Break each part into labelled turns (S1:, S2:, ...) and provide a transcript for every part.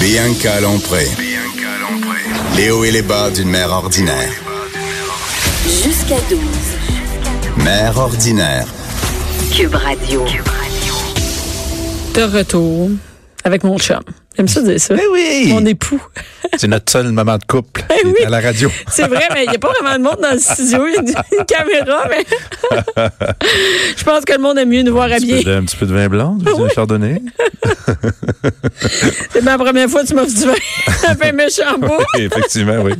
S1: Bianca Lompré. Les hauts et les bas d'une mère ordinaire.
S2: Jusqu'à 12.
S1: Mère ordinaire.
S2: Cube Radio.
S3: De retour avec mon chum. J'aime ça dire ça.
S4: Eh oui!
S3: Mon époux.
S4: C'est notre seul moment de couple
S3: Eh
S4: qui est
S3: oui.
S4: à la radio.
S3: C'est vrai, mais il n'y a pas vraiment de monde dans le studio. Il y a une, une caméra, mais je pense que le monde aime mieux nous voir
S4: Un petit, peu
S3: habillés.
S4: de, un petit peu de vin blanc, du vin chardonnay.
S3: C'est ma première fois que tu m'offres du vin. Un vin méchant beau.
S4: Oui, effectivement, oui.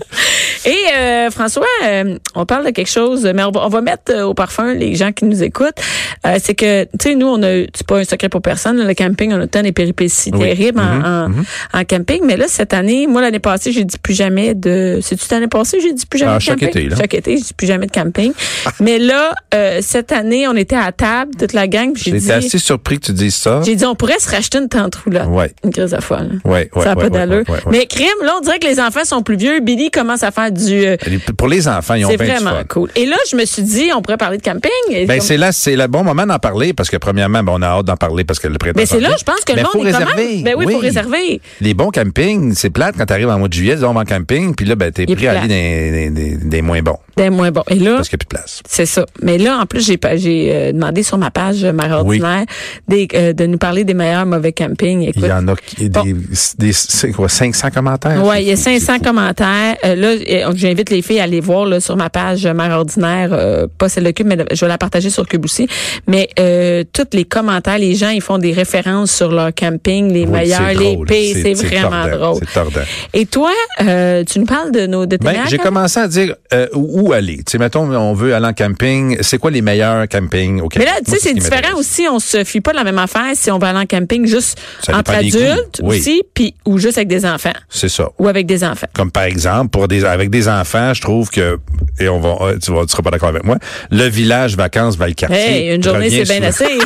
S3: Et euh, François, euh, on parle de quelque chose, mais on va, on va mettre euh, au parfum les gens qui nous écoutent. Euh, c'est que, tu sais, nous, on a, eu- c'est pas un secret pour personne, là, le camping, on a tant des péripéties
S4: Oui. Mm-hmm.
S3: terribles en- en, en camping. Mais là, cette année, moi, l'année passée, j'ai dit plus jamais de... C'est-tu l'année passée? J'ai dit plus jamais
S4: Ah,
S3: de
S4: chaque
S3: camping?
S4: été, là. Ah.
S3: Chaque été, j'ai dit plus jamais de camping. mais là, euh, cette année, on était à table, toute la gang, puis j'ai dit...
S4: J'étais assez surpris que tu dises ça.
S3: J'ai dit, on pourrait se racheter une tente roulotte.
S4: Ouais.
S3: Une crise de folle.
S4: Ouais, ouais,
S3: ça n'a
S4: ouais,
S3: pas d'allure.
S4: ouais, ouais, ouais.
S3: Mais crime, là, on dirait que les enfants sont plus vieux. Billy commence à faire du... euh,
S4: Les- Pour les enfants, ils ont
S3: c'est
S4: bien du
S3: vraiment
S4: fun.
S3: cool. Et là, je me suis dit, on pourrait parler de camping. Et
S4: Ben,
S3: comme-
S4: c'est là, c'est le bon moment d'en parler parce que premièrement, ben, on a hâte d'en parler parce que le printemps.
S3: Ben, c'est
S4: s'en
S3: là,
S4: vient.
S3: je pense que le
S4: Ben,
S3: monde
S4: faut
S3: est comment?
S4: réserver.
S3: Ben oui, faut réserver.
S4: Les bons campings, c'est plate quand t'arrives en mois de juillet, disons, on va en camping, puis là, ben, t'es
S3: Il est
S4: pris à
S3: plate.
S4: aller des, des, des, des moins bons
S3: Ben, moins bon. Et là,
S4: parce qu'il n'y a plus de place.
S3: c'est ça. Mais là, en plus, j'ai pas- j'ai euh, demandé sur ma page euh, Mère
S4: Oui.
S3: ordinaire des, euh, de nous parler des meilleurs mauvais campings. Écoute,
S4: Il y en a qui-
S3: Bon.
S4: des, des, c'est quoi, 500 commentaires.
S3: Ouais,
S4: Ah, C'est
S3: il y a
S4: fou, c'est
S3: 500
S4: fou.
S3: commentaires. Euh, là, et, euh, j'invite les filles à aller voir là, sur ma page euh, Mère Ordinaire, euh, pas celle de Cube, mais le- je vais la partager sur Cube aussi. Mais euh, tous les commentaires, les gens, ils font des références sur leur camping, les
S4: Oui,
S3: meilleurs,
S4: c'est
S3: les
S4: drôle.
S3: pires.
S4: C'est-
S3: C'est
S4: c'est
S3: vraiment
S4: tordant,
S3: drôle.
S4: c'est tordant.
S3: Et toi, euh, tu nous parles de nos de tes
S4: Ben,
S3: meilleurs
S4: j'ai
S3: camps?
S4: commencé à dire euh, où où aller. Tu sais, mettons, on veut aller en camping. C'est quoi les meilleurs campings au
S3: Mais
S4: Québec?
S3: là, tu
S4: Moi,
S3: sais,
S4: ce
S3: c'est
S4: qui
S3: différent
S4: m'intéresse.
S3: aussi. On se fie pas la même affaire si on va aller en camping juste
S4: Ça
S3: entre
S4: dépend des goûts.
S3: adultes
S4: Oui.
S3: aussi, puis ou juste avec des enfants
S4: C'est ça.
S3: ou avec des enfants.
S4: Comme par exemple, pour des, avec des enfants, je trouve que, et on va, euh, tu vas, tu seras pas d'accord avec moi, le village vacances Valcartier.
S3: Hey, une journée,
S4: revient
S3: c'est bien
S4: souvent.
S3: assez.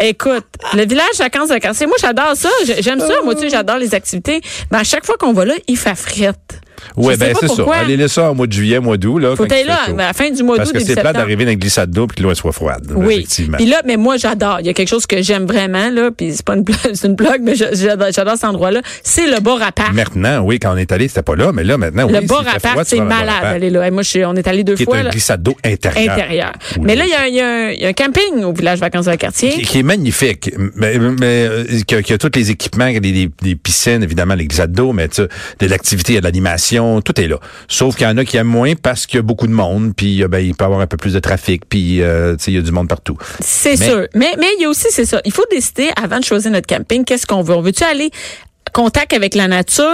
S3: Écoute, le village vacances de quartier, moi j'adore ça, J- j'aime ça, moi tu sais, j'adore les activités, mais à chaque fois qu'on va là, il fait frette.
S4: Ouais,
S3: Je sais
S4: ben,
S3: pas
S4: c'est ça.
S3: pourquoi.
S4: Allez, laisse ça au mois de juillet, mois d'août, là.
S3: Faut
S4: quand
S3: aller
S4: il
S3: là,
S4: fait chaud.
S3: à la fin du mois
S4: Parce
S3: d'août,
S4: que
S3: début
S4: c'est plat
S3: septembre.
S4: d'arriver dans une glissade d'eau puis que l'eau elle soit froide.
S3: Oui.
S4: Effectivement.
S3: Puis là, mais moi j'adore, il y a quelque chose que j'aime vraiment là, puis c'est pas une blague, c'est une blague, mais je- j'adore j'adore cet endroit-là, c'est le bar à part.
S4: Maintenant, oui, quand on est allé, c'était pas là, mais là, maintenant, oui.
S3: Le
S4: s'il
S3: bar
S4: fait
S3: à part,
S4: froid, tu
S3: c'est
S4: vas dans le bar à
S3: malade
S4: part,
S3: d'aller là. Et moi je suis- on est allé deux
S4: Qui est
S3: fois
S4: un
S3: là,
S4: glissade d'eau intérieur.
S3: intérieur.
S4: Oui,
S3: Mais là il y a un- il y, a un- il y a un camping au village vacances de quartier.
S4: qui, qui est magnifique, mais, mais euh, qui a, qui a tous les équipements, des, des- des piscines, évidemment, les glissades d'eau, mais tu sais, de l'activité, il y a de l'animation, tout est là. Sauf qu'il y en a qui aiment moins parce qu'il y a beaucoup de monde, puis euh, ben, il peut y avoir un peu plus de trafic, puis euh, tu sais, il y a du monde partout.
S3: C'est
S4: Mais-
S3: sûr. Mais mais il y a aussi c'est ça. Il faut décider avant de choisir notre camping, qu'est-ce qu'on veut. On veut-tu aller contact avec la nature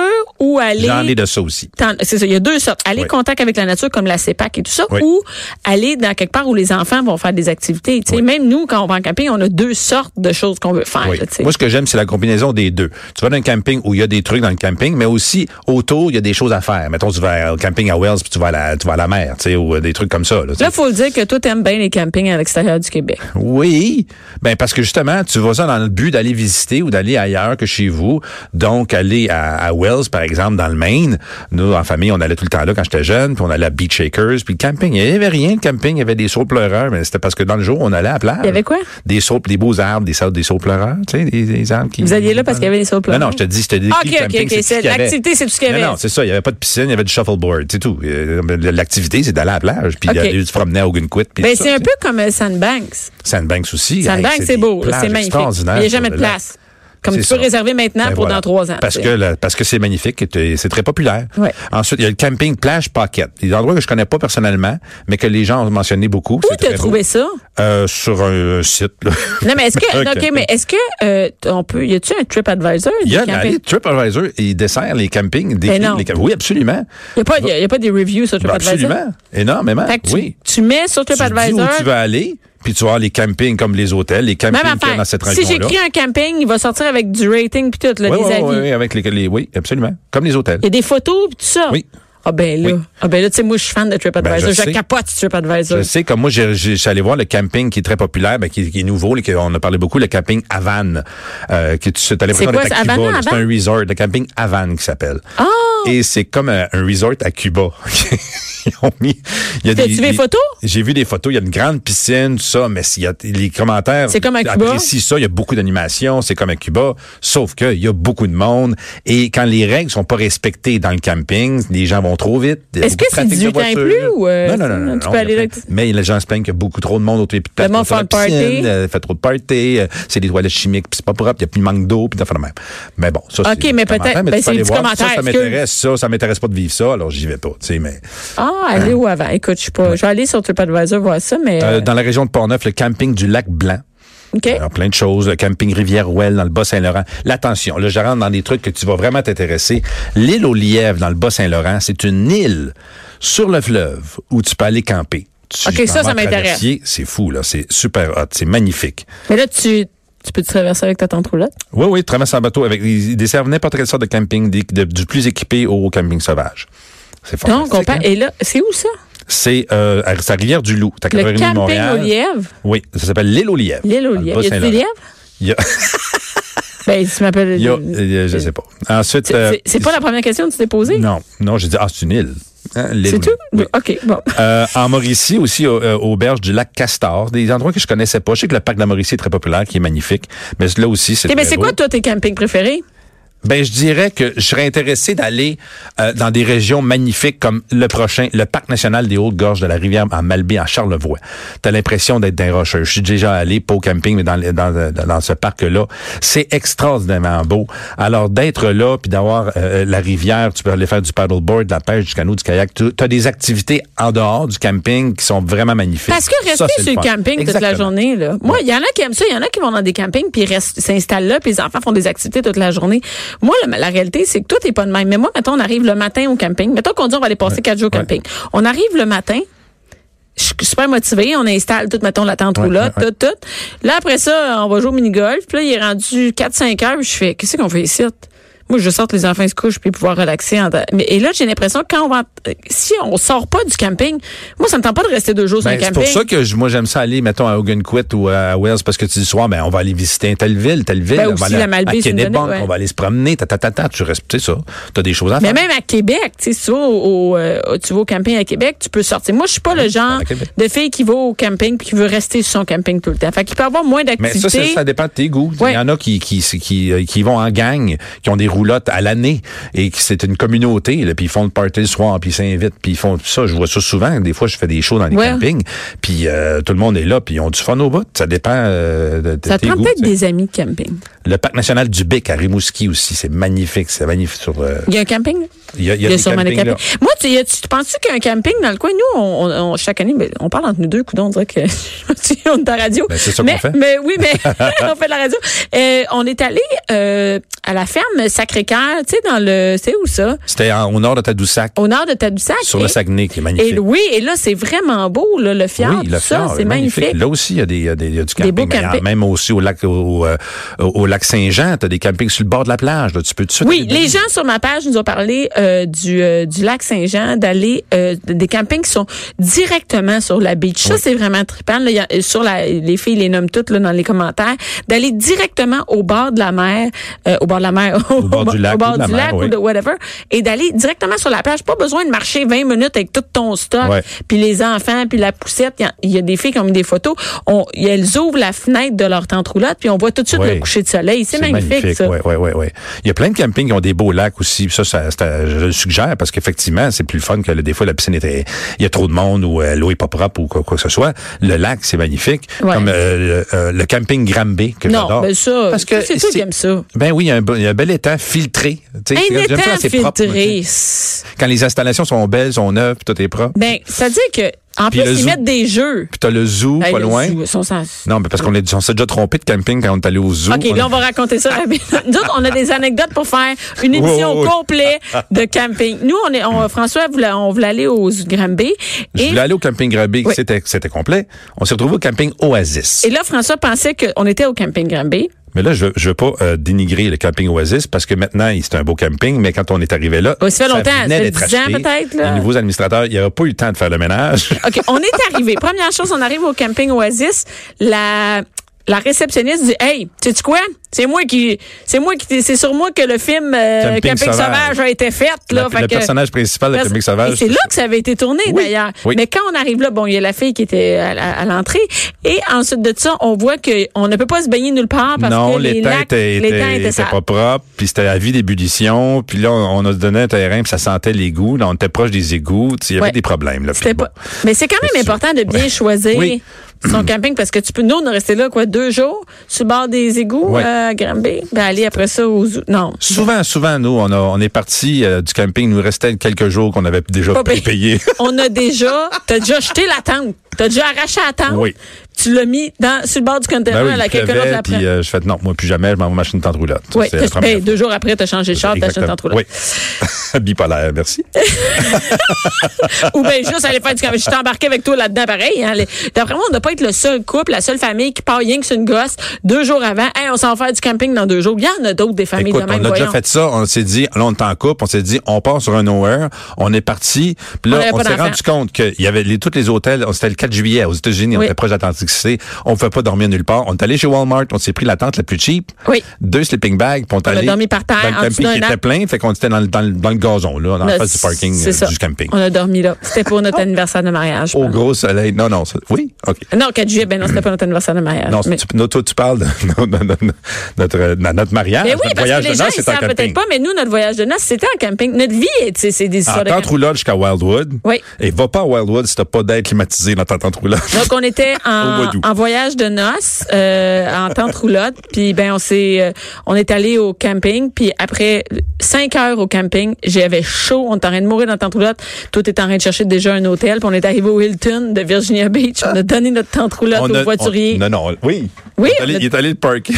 S3: ou aller
S4: J'en ai de ça aussi.
S3: T'en- C'est ça, il y a deux sortes. Aller
S4: Oui.
S3: contact avec la nature comme la CEPAC et tout ça,
S4: Oui.
S3: ou aller dans quelque part où les enfants vont faire des activités. Tu sais, Même nous, quand on va en camping, on a deux sortes de choses qu'on veut faire.
S4: Oui.
S3: là, tu sais.
S4: Moi, ce que j'aime, c'est la combinaison des deux. Tu vas dans un camping où il y a des trucs dans le camping, mais aussi autour, il y a des choses à faire. Mettons, tu vas au camping à Wells, puis tu vas à la, tu vas à la mer, tu sais, ou euh, des trucs comme ça. Là, tu sais.
S3: Là, faut le dire que toi, t'aimes bien les campings à l'extérieur du Québec.
S4: Oui, ben parce que justement, tu vas ça dans le but d'aller visiter ou d'aller ailleurs que chez vous. Donc, aller à, à Wells, par exemple, dans le Maine. Nous, en famille, on allait tout le temps là quand j'étais jeune, puis on allait à Beach Shakers, puis le camping. Il n'y avait rien de camping, il y avait des sauts pleureurs, mais c'était parce que dans le jour, on allait à la plage.
S3: Il y avait quoi?
S4: Des saupes, des beaux arbres, des sauts, des sauts pleureurs, tu sais, des, des arbres qui...
S3: Vous alliez là parce qu'il y avait des sauts pleureurs?
S4: Non, non, je te dis, c'était des
S3: Ok, ok, ok, c'est- l'activité, c'est tout ce qu'il y avait.
S4: Non, non, c'est ça, il n'y avait pas de piscine, il y avait du shuffleboard, c'est tout. Euh, L'activité, c'est d'aller à la plage, puis
S3: Ok.
S4: d'aller se promener au Gunquit, puis
S3: Ben,
S4: tout ça,
S3: c'est un
S4: tu sais.
S3: peu comme euh, Sandbanks.
S4: Sandbanks aussi.
S3: Sandbanks, c'est
S4: des
S3: beau,
S4: plages
S3: c'est magnifique. Il n'y
S4: extraordinaires
S3: a
S4: sur
S3: jamais de
S4: le lac.
S3: place. Comme
S4: C'est
S3: tu
S4: ça.
S3: peux réserver maintenant
S4: Ben
S3: pour
S4: voilà.
S3: dans trois ans.
S4: Parce
S3: tu
S4: que,
S3: sais.
S4: la- parce que c'est magnifique, et t'es- c'est très populaire.
S3: Ouais.
S4: Ensuite, il y a le camping plage pocket. Des endroits que je connais pas personnellement, mais que les gens ont mentionné beaucoup.
S3: Où
S4: C'est
S3: t'as
S4: très
S3: trouvé
S4: beau.
S3: ça?
S4: Euh, sur un, un site. là.
S3: Non, mais est-ce que,
S4: Ok.
S3: ok, mais est-ce que euh, t- on peut, y a-tu un trip advisor?
S4: Il y a
S3: il
S4: allez, TripAdvisor, il dessert les campings. Des,
S3: Mais Ben non.
S4: les cam- oui, absolument.
S3: y a pas, y a, y a pas des reviews sur trip
S4: Ben,
S3: advisor.
S4: absolument. Énormément.
S3: Fait que tu,
S4: oui.
S3: tu mets sur
S4: Tu dis
S3: TripAdvisor.
S4: où tu vas aller, puis tu vas avoir les campings comme les hôtels, les campings
S3: Même
S4: qu'il y a
S3: affaire.
S4: dans cette
S3: si
S4: région-là.
S3: j'écris un camping, il va sortir avec du rating puis tout, là,
S4: oui,
S3: des
S4: oui,
S3: avis.
S4: oui, oui, avec les, les- oui, absolument. Comme les hôtels.
S3: Il y a des photos puis tout ça.
S4: Oui.
S3: Ah ben là,
S4: Oui.
S3: ah ben là, tu sais, moi je suis fan de TripAdvisor,
S4: Ben, je
S3: je,
S4: sais.
S3: capote sur TripAdvisor.
S4: Je sais, comme moi, j'ai- j'ai- je suis allé voir le camping qui est très populaire, ben, qui, qui est nouveau, là, qui- on a parlé beaucoup, le camping Havane, euh, qui tu as l'impression
S3: C'est quoi,
S4: d'être à
S3: c'est
S4: Cuba.
S3: Havana,
S4: là. C'est un
S3: Havane?
S4: resort, le camping Havane qui s'appelle.
S3: Ah!
S4: Et c'est comme euh, un resort à Cuba. Ils ont mis- il y a
S3: T'as-tu vu les
S4: il-
S3: photos?
S4: J'ai vu des photos. Il y a une grande piscine, tout ça, mais s'il y a, les commentaires
S3: C'est comme à Cuba?
S4: apprécient ça. Il y a beaucoup d'animation, c'est comme à Cuba, sauf qu'il y a beaucoup de monde. Et quand les règles sont pas respectées dans le camping, les gens vont trop vite. Il y a
S3: Est-ce que
S4: beaucoup de
S3: c'est
S4: trafic de
S3: 18 ans et
S4: voitures.
S3: plus ou, euh,
S4: Non, non, non. non,
S3: tu peux
S4: non, il y a
S3: aller
S4: plein-
S3: là-
S4: Mais les gens se plaignent qu'il y a beaucoup trop de monde autour des piscines.
S3: monde fait le party.
S4: fait trop de party, euh, c'est des toilettes chimiques, puis c'est pas propre, il y a plus de manque d'eau, puis t'as fait le même. Mais bon, ça,
S3: OK,
S4: c'est
S3: mais
S4: des
S3: peut-être-
S4: commentaires,
S3: ben,
S4: mais tu peux
S3: c'est
S4: aller
S3: des
S4: voir.
S3: commentaires,
S4: Ça, ça
S3: est-ce que-
S4: m'intéresse, ça, ça m'intéresse pas de vivre ça, alors j'y vais pas, tu sais, mais...
S3: Ah, aller où avant? Écoute, je suis pas, je vais aller sur TripAdvisor voir ça, mais,
S4: Euh,
S3: euh, Eh.
S4: dans Ah. la région de Portneuf, le camping du lac Blanc.
S3: OK.
S4: Alors, plein de choses. Le camping Rivière-Ouelle dans le Bas-Saint-Laurent. L'attention, là, je rentre dans des trucs que tu vas vraiment t'intéresser. L'île aux lièvres dans le Bas-Saint-Laurent, c'est une île sur le fleuve où tu peux aller camper. Tu
S3: OK, ça,
S4: t'en vas
S3: ça m'intéresse.
S4: traversier, C'est fou, là. C'est super hot. C'est magnifique.
S3: Mais là, tu, tu peux te traverser avec ta tente roulotte?
S4: Oui, oui, traverse en bateau avec, ils desservent n'importe quelle sorte de camping, des- de- du plus équipé au camping sauvage. C'est
S3: Donc,
S4: fantastique.
S3: on part-
S4: hein?
S3: et là, c'est où ça?
S4: C'est, euh, à c'est à Rivière-du-Loup. T'as
S3: Le camping
S4: Montréal.
S3: aux lièvres?
S4: Oui, ça s'appelle l'île aux lièvres.
S3: L'île aux
S4: dans Ah, le
S3: lièvres. Y a-tu des
S4: Bas-Saint-Laurent.
S3: lièvres?
S4: Il y a-
S3: Ben, tu m'appelles.
S4: Il y a- euh, je sais pas. Ensuite,
S3: C'est-
S4: euh,
S3: c'est- C'est pas la première question que tu t'es posée?
S4: Non, non, j'ai dit ah c'est une île. Hein, l'île,
S3: C'est
S4: oui.
S3: tout?
S4: Oui.
S3: OK, bon.
S4: Euh, en Mauricie aussi, au- euh, aux berges du lac Castor, des endroits que je connaissais pas. Je sais que le parc de la Mauricie est très populaire, qui est magnifique, mais là aussi c'est.
S3: OK, mais
S4: très
S3: c'est
S4: beau.
S3: quoi, toi, tes campings préférés?
S4: Ben je dirais que je serais intéressé d'aller euh, dans des régions magnifiques comme le prochain, le parc national des Hautes-Gorges de la rivière en Malbaie, en Charlevoix. T'as l'impression d'être dans les rocheux. Je suis déjà allé pas au camping, mais dans le- dans, dans, dans ce parc-là, c'est extraordinairement beau. Alors d'être là puis d'avoir euh, la rivière, tu peux aller faire du paddleboard, de la pêche, du canot, du kayak. Tu as des activités en dehors du camping qui sont vraiment magnifiques.
S3: Parce que rester
S4: Ça, c'est
S3: sur le
S4: fun.
S3: camping toute la
S4: Exactement.
S3: journée, là. Moi, il y en a qui aiment ça, il y en a qui vont dans des campings puis ils restent- s'installent là, puis les enfants font des activités toute la journée. Moi, la, la réalité, c'est que tout est pas de même. Mais moi, mettons, on arrive le matin au camping. Mettons qu'on dit on va aller passer quatre jours au
S4: ouais.
S3: camping. On arrive le matin. Je suis super motivée. On installe tout, mettons, la tente
S4: Ouais,
S3: roulotte,
S4: ouais, ouais.
S3: tout, tout. Là, après ça, on va jouer au mini-golf. Puis là, il est rendu 4-5 heures. puis Je fais, qu'est-ce qu'on fait ici? Moi, je sorte les enfants se couchent puis pouvoir relaxer. en- Mais, et là, j'ai l'impression que quand on va, si on sort pas du camping, moi, ça me tente pas de rester deux jours sur
S4: Ben,
S3: le
S4: c'est
S3: camping.
S4: pour ça que je- moi j'aime ça aller mettons à Ogunquit ou à Wells parce que tu dis soir ben on va aller visiter telle ville telle ville
S3: Ben,
S4: on va
S3: aussi,
S4: aller
S3: la
S4: à-
S3: Malbaie,
S4: à
S3: c'est une
S4: Kennebunk,
S3: donnée, ouais.
S4: on va aller se promener ta ta ta ta tu restes tu sais ça t'as des choses à
S3: Mais
S4: faire
S3: même à Québec, tu sais, si tu vas au, au, euh, tu vas au camping à Québec, tu peux sortir. Moi, je suis pas le genre
S4: à Québec.
S3: de fille qui va au camping puis qui veut rester sur son camping tout le temps. Fait qu'il peut avoir moins
S4: mais ça, c'est-
S3: d'activités.
S4: ça dépend de tes goûts.
S3: Ouais.
S4: Il y en a qui qui, qui, euh, qui vont en gang, qui ont des roulottes à l'année et qui c'est une communauté. Là, puis ils font le party le soir, puis ils s'invitent, puis ils font tout ça. Je vois ça souvent. Des fois, je fais des shows dans les
S3: Ouais.
S4: campings, puis euh, tout le monde est là, puis ils ont du fun au bout. Ça dépend euh, de, de
S3: Ça te
S4: tes
S3: prend
S4: goûts.
S3: peut-être
S4: tu sais.
S3: des amis de camping.
S4: Le parc national du Bic à Rimouski aussi, c'est magnifique. C'est magnifique sur. euh,
S3: Il y a un camping? là?
S4: Il y a, il y a des
S3: sûrement des
S4: campings, là.
S3: campings. Moi, tu, y a- tu- tu penses-tu qu'il y a un camping dans le coin? Nous, on, on- on- chaque année, ben, on parle entre nous deux, coudons, on dirait que tu- on est à la radio.
S4: Ben, c'est ça qu'on
S3: mais,
S4: fait.
S3: mais oui, mais on fait de la radio. Euh, on est allé euh, à la ferme Sacré-Cœur, tu sais, dans le. C'est où ça?
S4: C'était en- au nord de Tadoussac,
S3: Au nord de Tadoussac.
S4: sur le
S3: Et-
S4: Saguenay, qui est magnifique.
S3: Et oui, et là, c'est vraiment beau, là, le fjord,
S4: oui,
S3: tout
S4: le
S3: ça,
S4: fjord
S3: c'est
S4: est
S3: magnifique.
S4: Là aussi, il y a, des, il y a des- il y a du camping.
S3: beaux
S4: mais il y en a
S3: campings.
S4: Même aussi au lac, au, euh, au- au lac Saint-Jean, tu as des campings sur le bord de la plage. là. Tu peux tout de suite
S3: Oui,
S4: aller
S3: les
S4: dans-
S3: gens sur ma page nous ont parlé euh, du, euh, du lac Saint-Jean, d'aller euh, des campings qui sont directement sur la beach. Ça, c'est vraiment trippant. Là, Il y a- sur la, les filles les nomment toutes là, dans les commentaires. D'aller directement au bord de la mer, euh, au bord de la mer, au,
S4: bord du lac
S3: au
S4: ou
S3: bord
S4: de la
S3: du
S4: mer,
S3: lac
S4: oui.
S3: ou de whatever, et d'aller directement sur la plage. Pas besoin de marcher 20 minutes avec tout ton stock,
S4: Ouais.
S3: puis les enfants, puis la poussette. Il y a- Il y, a des filles qui ont mis des photos. On, elles ouvrent la fenêtre de leur tente roulotte, puis on voit tout de suite
S4: Ouais.
S3: le coucher de soleil. C'est magnifique, ça.
S4: Ouais, ouais, ouais, ouais. Il y a plein de campings qui ont des beaux lacs aussi. Ça, ça, ça, je le suggère parce qu'effectivement, c'est plus fun que le- des fois la piscine était. Il y a trop de monde ou euh, l'eau est pas propre ou quoi, quoi que ce soit. Le lac, c'est magnifique.
S3: Ouais.
S4: Comme euh, le, euh, le camping Granby que
S3: Non,
S4: j'adore.
S3: ben ça,
S4: Parce que
S3: c'est toi qui aimes ça.
S4: Ben oui, il y a un, be- il y a un bel étang filtré. Tu sais,
S3: Un
S4: j'aime ça quand
S3: étang
S4: c'est propre, tu sais.
S3: filtré.
S4: Quand les installations sont belles, sont neuves, puis tout est propre.
S3: Ben, ça veut dire que En
S4: Puis
S3: plus,
S4: le
S3: ils
S4: zoo.
S3: mettent des jeux.
S4: Puis t'as le zoo
S3: Hey,
S4: pas
S3: le
S4: loin.
S3: zoo, ils sont sans-
S4: Non, mais parce qu'on est- on s'est déjà trompé de camping quand on est allé au zoo.
S3: OK, là, on va raconter ça rapidement. Nous autres, on a des anecdotes pour faire une émission
S4: Ouais, ouais, ouais.
S3: complète de camping. Nous, on est, on, François, voulait- on voulait aller aux zoo de Granby.
S4: Je
S3: Et,
S4: voulais aller au camping Grabé,
S3: Oui.
S4: c'était c'était complet. On s'est retrouvé au camping Oasis.
S3: et là, François pensait qu'on était au camping Granby.
S4: Mais là, je, je veux pas euh, dénigrer le camping Oasis parce que maintenant, il- c'est un beau camping, mais quand on est arrivé là,
S3: Ouais, Oh, ça fait longtemps,
S4: venait
S3: ça fait
S4: d'être
S3: 10 ans
S4: acheté.
S3: peut-être, là. Ah,
S4: Les nouveaux administrateurs, il n'y avait pas eu le temps de faire le ménage.
S3: OK, on est arrivé. Première chose, on arrive au camping Oasis. La la réceptionniste dit "Hey, sais tu quoi C'est moi qui c'est moi qui c'est sur moi que le film euh,
S4: Camping
S3: Camping,
S4: sauvage.
S3: sauvage. a été fait là,
S4: Le-
S3: Fait
S4: le
S3: que-
S4: personnage principal de
S3: Parce-
S4: Camping sauvage,
S3: Et C'est
S4: c'est-
S3: là que ça avait été tourné
S4: Oui,
S3: d'ailleurs.
S4: oui.
S3: Mais quand on arrive là, bon, il y a la fille qui était à, la- à l'entrée et ensuite de ça, on voit que on ne peut pas se baigner nulle part parce
S4: non,
S3: que les
S4: l'étang
S3: lacs,
S4: était,
S3: les
S4: était-
S3: temps étaient
S4: était
S3: sales.
S4: pas propre, puis c'était à vie d'ébullition, puis là, on, on a donné un terrain, puis ça sentait l'égout, là, on était proche des égouts, tu sais, il y avait
S3: Ouais.
S4: des problèmes. Là, puis
S3: C'était
S4: bon.
S3: pas- Mais c'est quand même
S4: Qu'est-ce que
S3: important de bien
S4: Ouais.
S3: choisir
S4: Oui.
S3: son camping parce que tu peux. Nous, on est resté là quoi deux jours sur le bord des égouts
S4: Ouais.
S3: euh, à Granby, ben aller après ça aux zoo. non.
S4: Souvent, souvent, nous, on, a, on est parti du camping, il nous restait quelques jours qu'on avait déjà
S3: Pas payé.
S4: payé.
S3: On a déjà, t'as déjà jeté la tente, t'as déjà arraché la tente,
S4: Oui.
S3: tu l'as mis dans sur le bord du container
S4: Ben oui, il
S3: à quelques
S4: pleuvait,
S3: heures après.
S4: puis euh, je fais non, moi plus jamais, je m'en vais m'acheter une tente roulotte.
S3: oui,
S4: C'est la
S3: t'as-
S4: première
S3: ben, deux jours après, t'as changé de char, t'as acheté une tente
S4: Exactement.
S3: roulante.
S4: Oui. Bipolaire, merci.
S3: Ou bien juste aller faire du camping. Je t'ai embarqué avec toi là-dedans, pareil. Hein. Les- D'après moi, on ne doit pas être le seul couple, la seule famille qui part rien que sur une gosse deux jours avant. Hey, on s'en va faire du camping dans deux jours. Il y en a d'autres des familles
S4: Écoute,
S3: de
S4: on a
S3: même,
S4: déjà
S3: voyons.
S4: fait ça, on s'est dit, là, on est en couple, on s'est dit, on part sur un nowhere, on est parti, puis
S3: On
S4: là,
S3: avait
S4: on,
S3: pas
S4: s'est
S3: d'enfants.
S4: rendu compte qu'il y avait les, tous les hôtels, on c'était le 4 juillet aux États-Unis, on
S3: Oui.
S4: était proche d'Atlantic City, on ne pouvait pas dormir nulle part. On est allé chez Walmart, on s'est pris la tente la plus cheap,
S3: Oui.
S4: deux sleeping bags, puis on est
S3: On a
S4: allé
S3: dormi par terre,
S4: dans
S3: en
S4: le
S3: dessous
S4: camping qui
S3: d'un
S4: était
S3: arbre.
S4: plein, fait qu'on était dans, le- dans, le- dans le gazon, là, en
S3: Là,
S4: face du parking
S3: c'est
S4: euh,
S3: ça.
S4: du camping. Oh.
S3: On a dormi là. C'était pour notre anniversaire de mariage. je
S4: Au
S3: pense.
S4: gros soleil. Non, non, ça- oui, OK.
S3: Non, 4 juillet, ben non, c'était pas notre anniversaire de mariage.
S4: Non,
S3: mais...
S4: tu, non, toi, tu parles de, non, non, non, non, notre, euh, na- notre mariage,
S3: Mais oui,
S4: notre
S3: parce
S4: voyage
S3: que les
S4: de
S3: gens,
S4: noces,
S3: ils
S4: c'est en
S3: savent
S4: camping.
S3: peut-être pas, mais nous, notre voyage de noces, c'était en camping. Notre vie, tu sais, c'est des
S4: En
S3: histoires de
S4: tente
S3: camping.
S4: roulotte jusqu'à Wildwood.
S3: Oui.
S4: Et va pas à Wildwood si t'as pas d'air climatisé dans ta tente roulotte.
S3: Donc, on était
S4: Au mois
S3: en,
S4: d'août.
S3: en voyage de noces, euh, en tente roulotte, puis ben on s'est, euh, on est allé au camping, puis après cinq heures au camping, j'avais chaud, on était en train de mourir dans la tente roulotte, tout était en train de chercher déjà un hôtel, puis on est arrivé au Hilton de Virginia Beach, on a donné notre tente roulotte
S4: On
S3: au
S4: a-
S3: voiturier.
S4: on- non, non, oui.
S3: Oui,
S4: Il est allé,
S3: on a-
S4: il est allé le parking.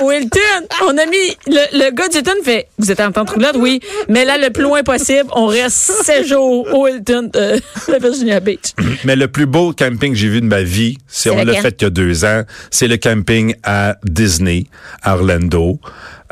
S3: Au Hilton, on a mis le, le gars du Hilton fait vous êtes en tente roulotte oui, mais là le plus loin possible, on reste sept jours au Hilton euh, de Virginia Beach.
S4: Mais le plus beau camping que j'ai vu de ma vie, c'est, on l'a
S3: lequel?
S4: fait il y a deux ans, c'est le camping à Disney, à Orlando.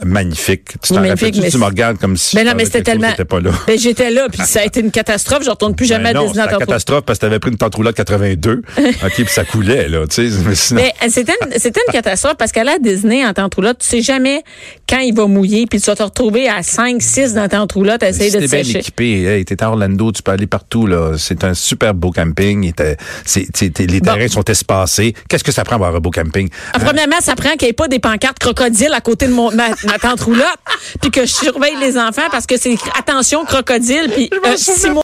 S4: Magnifique. Tu t'en
S3: Magnifique,
S4: rappelles, tu,
S3: mais
S4: tu me
S3: c'est-
S4: regardes comme si
S3: Mais
S4: je
S3: non, mais
S4: parlais de
S3: c'était
S4: quelque chose
S3: tellement.
S4: qui était pas là.
S3: Ben, j'étais là, puis ça a été une catastrophe. Je retourne plus jamais
S4: Ben
S3: à
S4: non,
S3: Disneyland
S4: c'était la
S3: Tantôt.
S4: catastrophe parce que t'avais pris une tente roulotte 82, ok, puis ça coulait là, tu sais. Mais sinon,
S3: Mais euh, c'était une, c'était une catastrophe parce qu'à la Disney, en tente roulotte, tu sais jamais quand il va mouiller, puis tu vas te retrouver à 5, 6 dans la tente roulotte à
S4: si
S3: essayer de
S4: t'es
S3: te
S4: bien
S3: sécher.
S4: équipé, hey, t'es à Orlando, tu peux aller partout là. C'est un super beau camping. Il était- c'est- t'es- t'es- les
S3: Bon.
S4: terrains sont espacés. Qu'est-ce que ça prend pour avoir un beau camping
S3: Ah, Premièrement, ça prend qu'il n'y ait pas des pancartes crocodiles à côté de mon, ma, ma tante roulotte, puis que je surveille les enfants parce que c'est attention crocodile, puis euh, six mois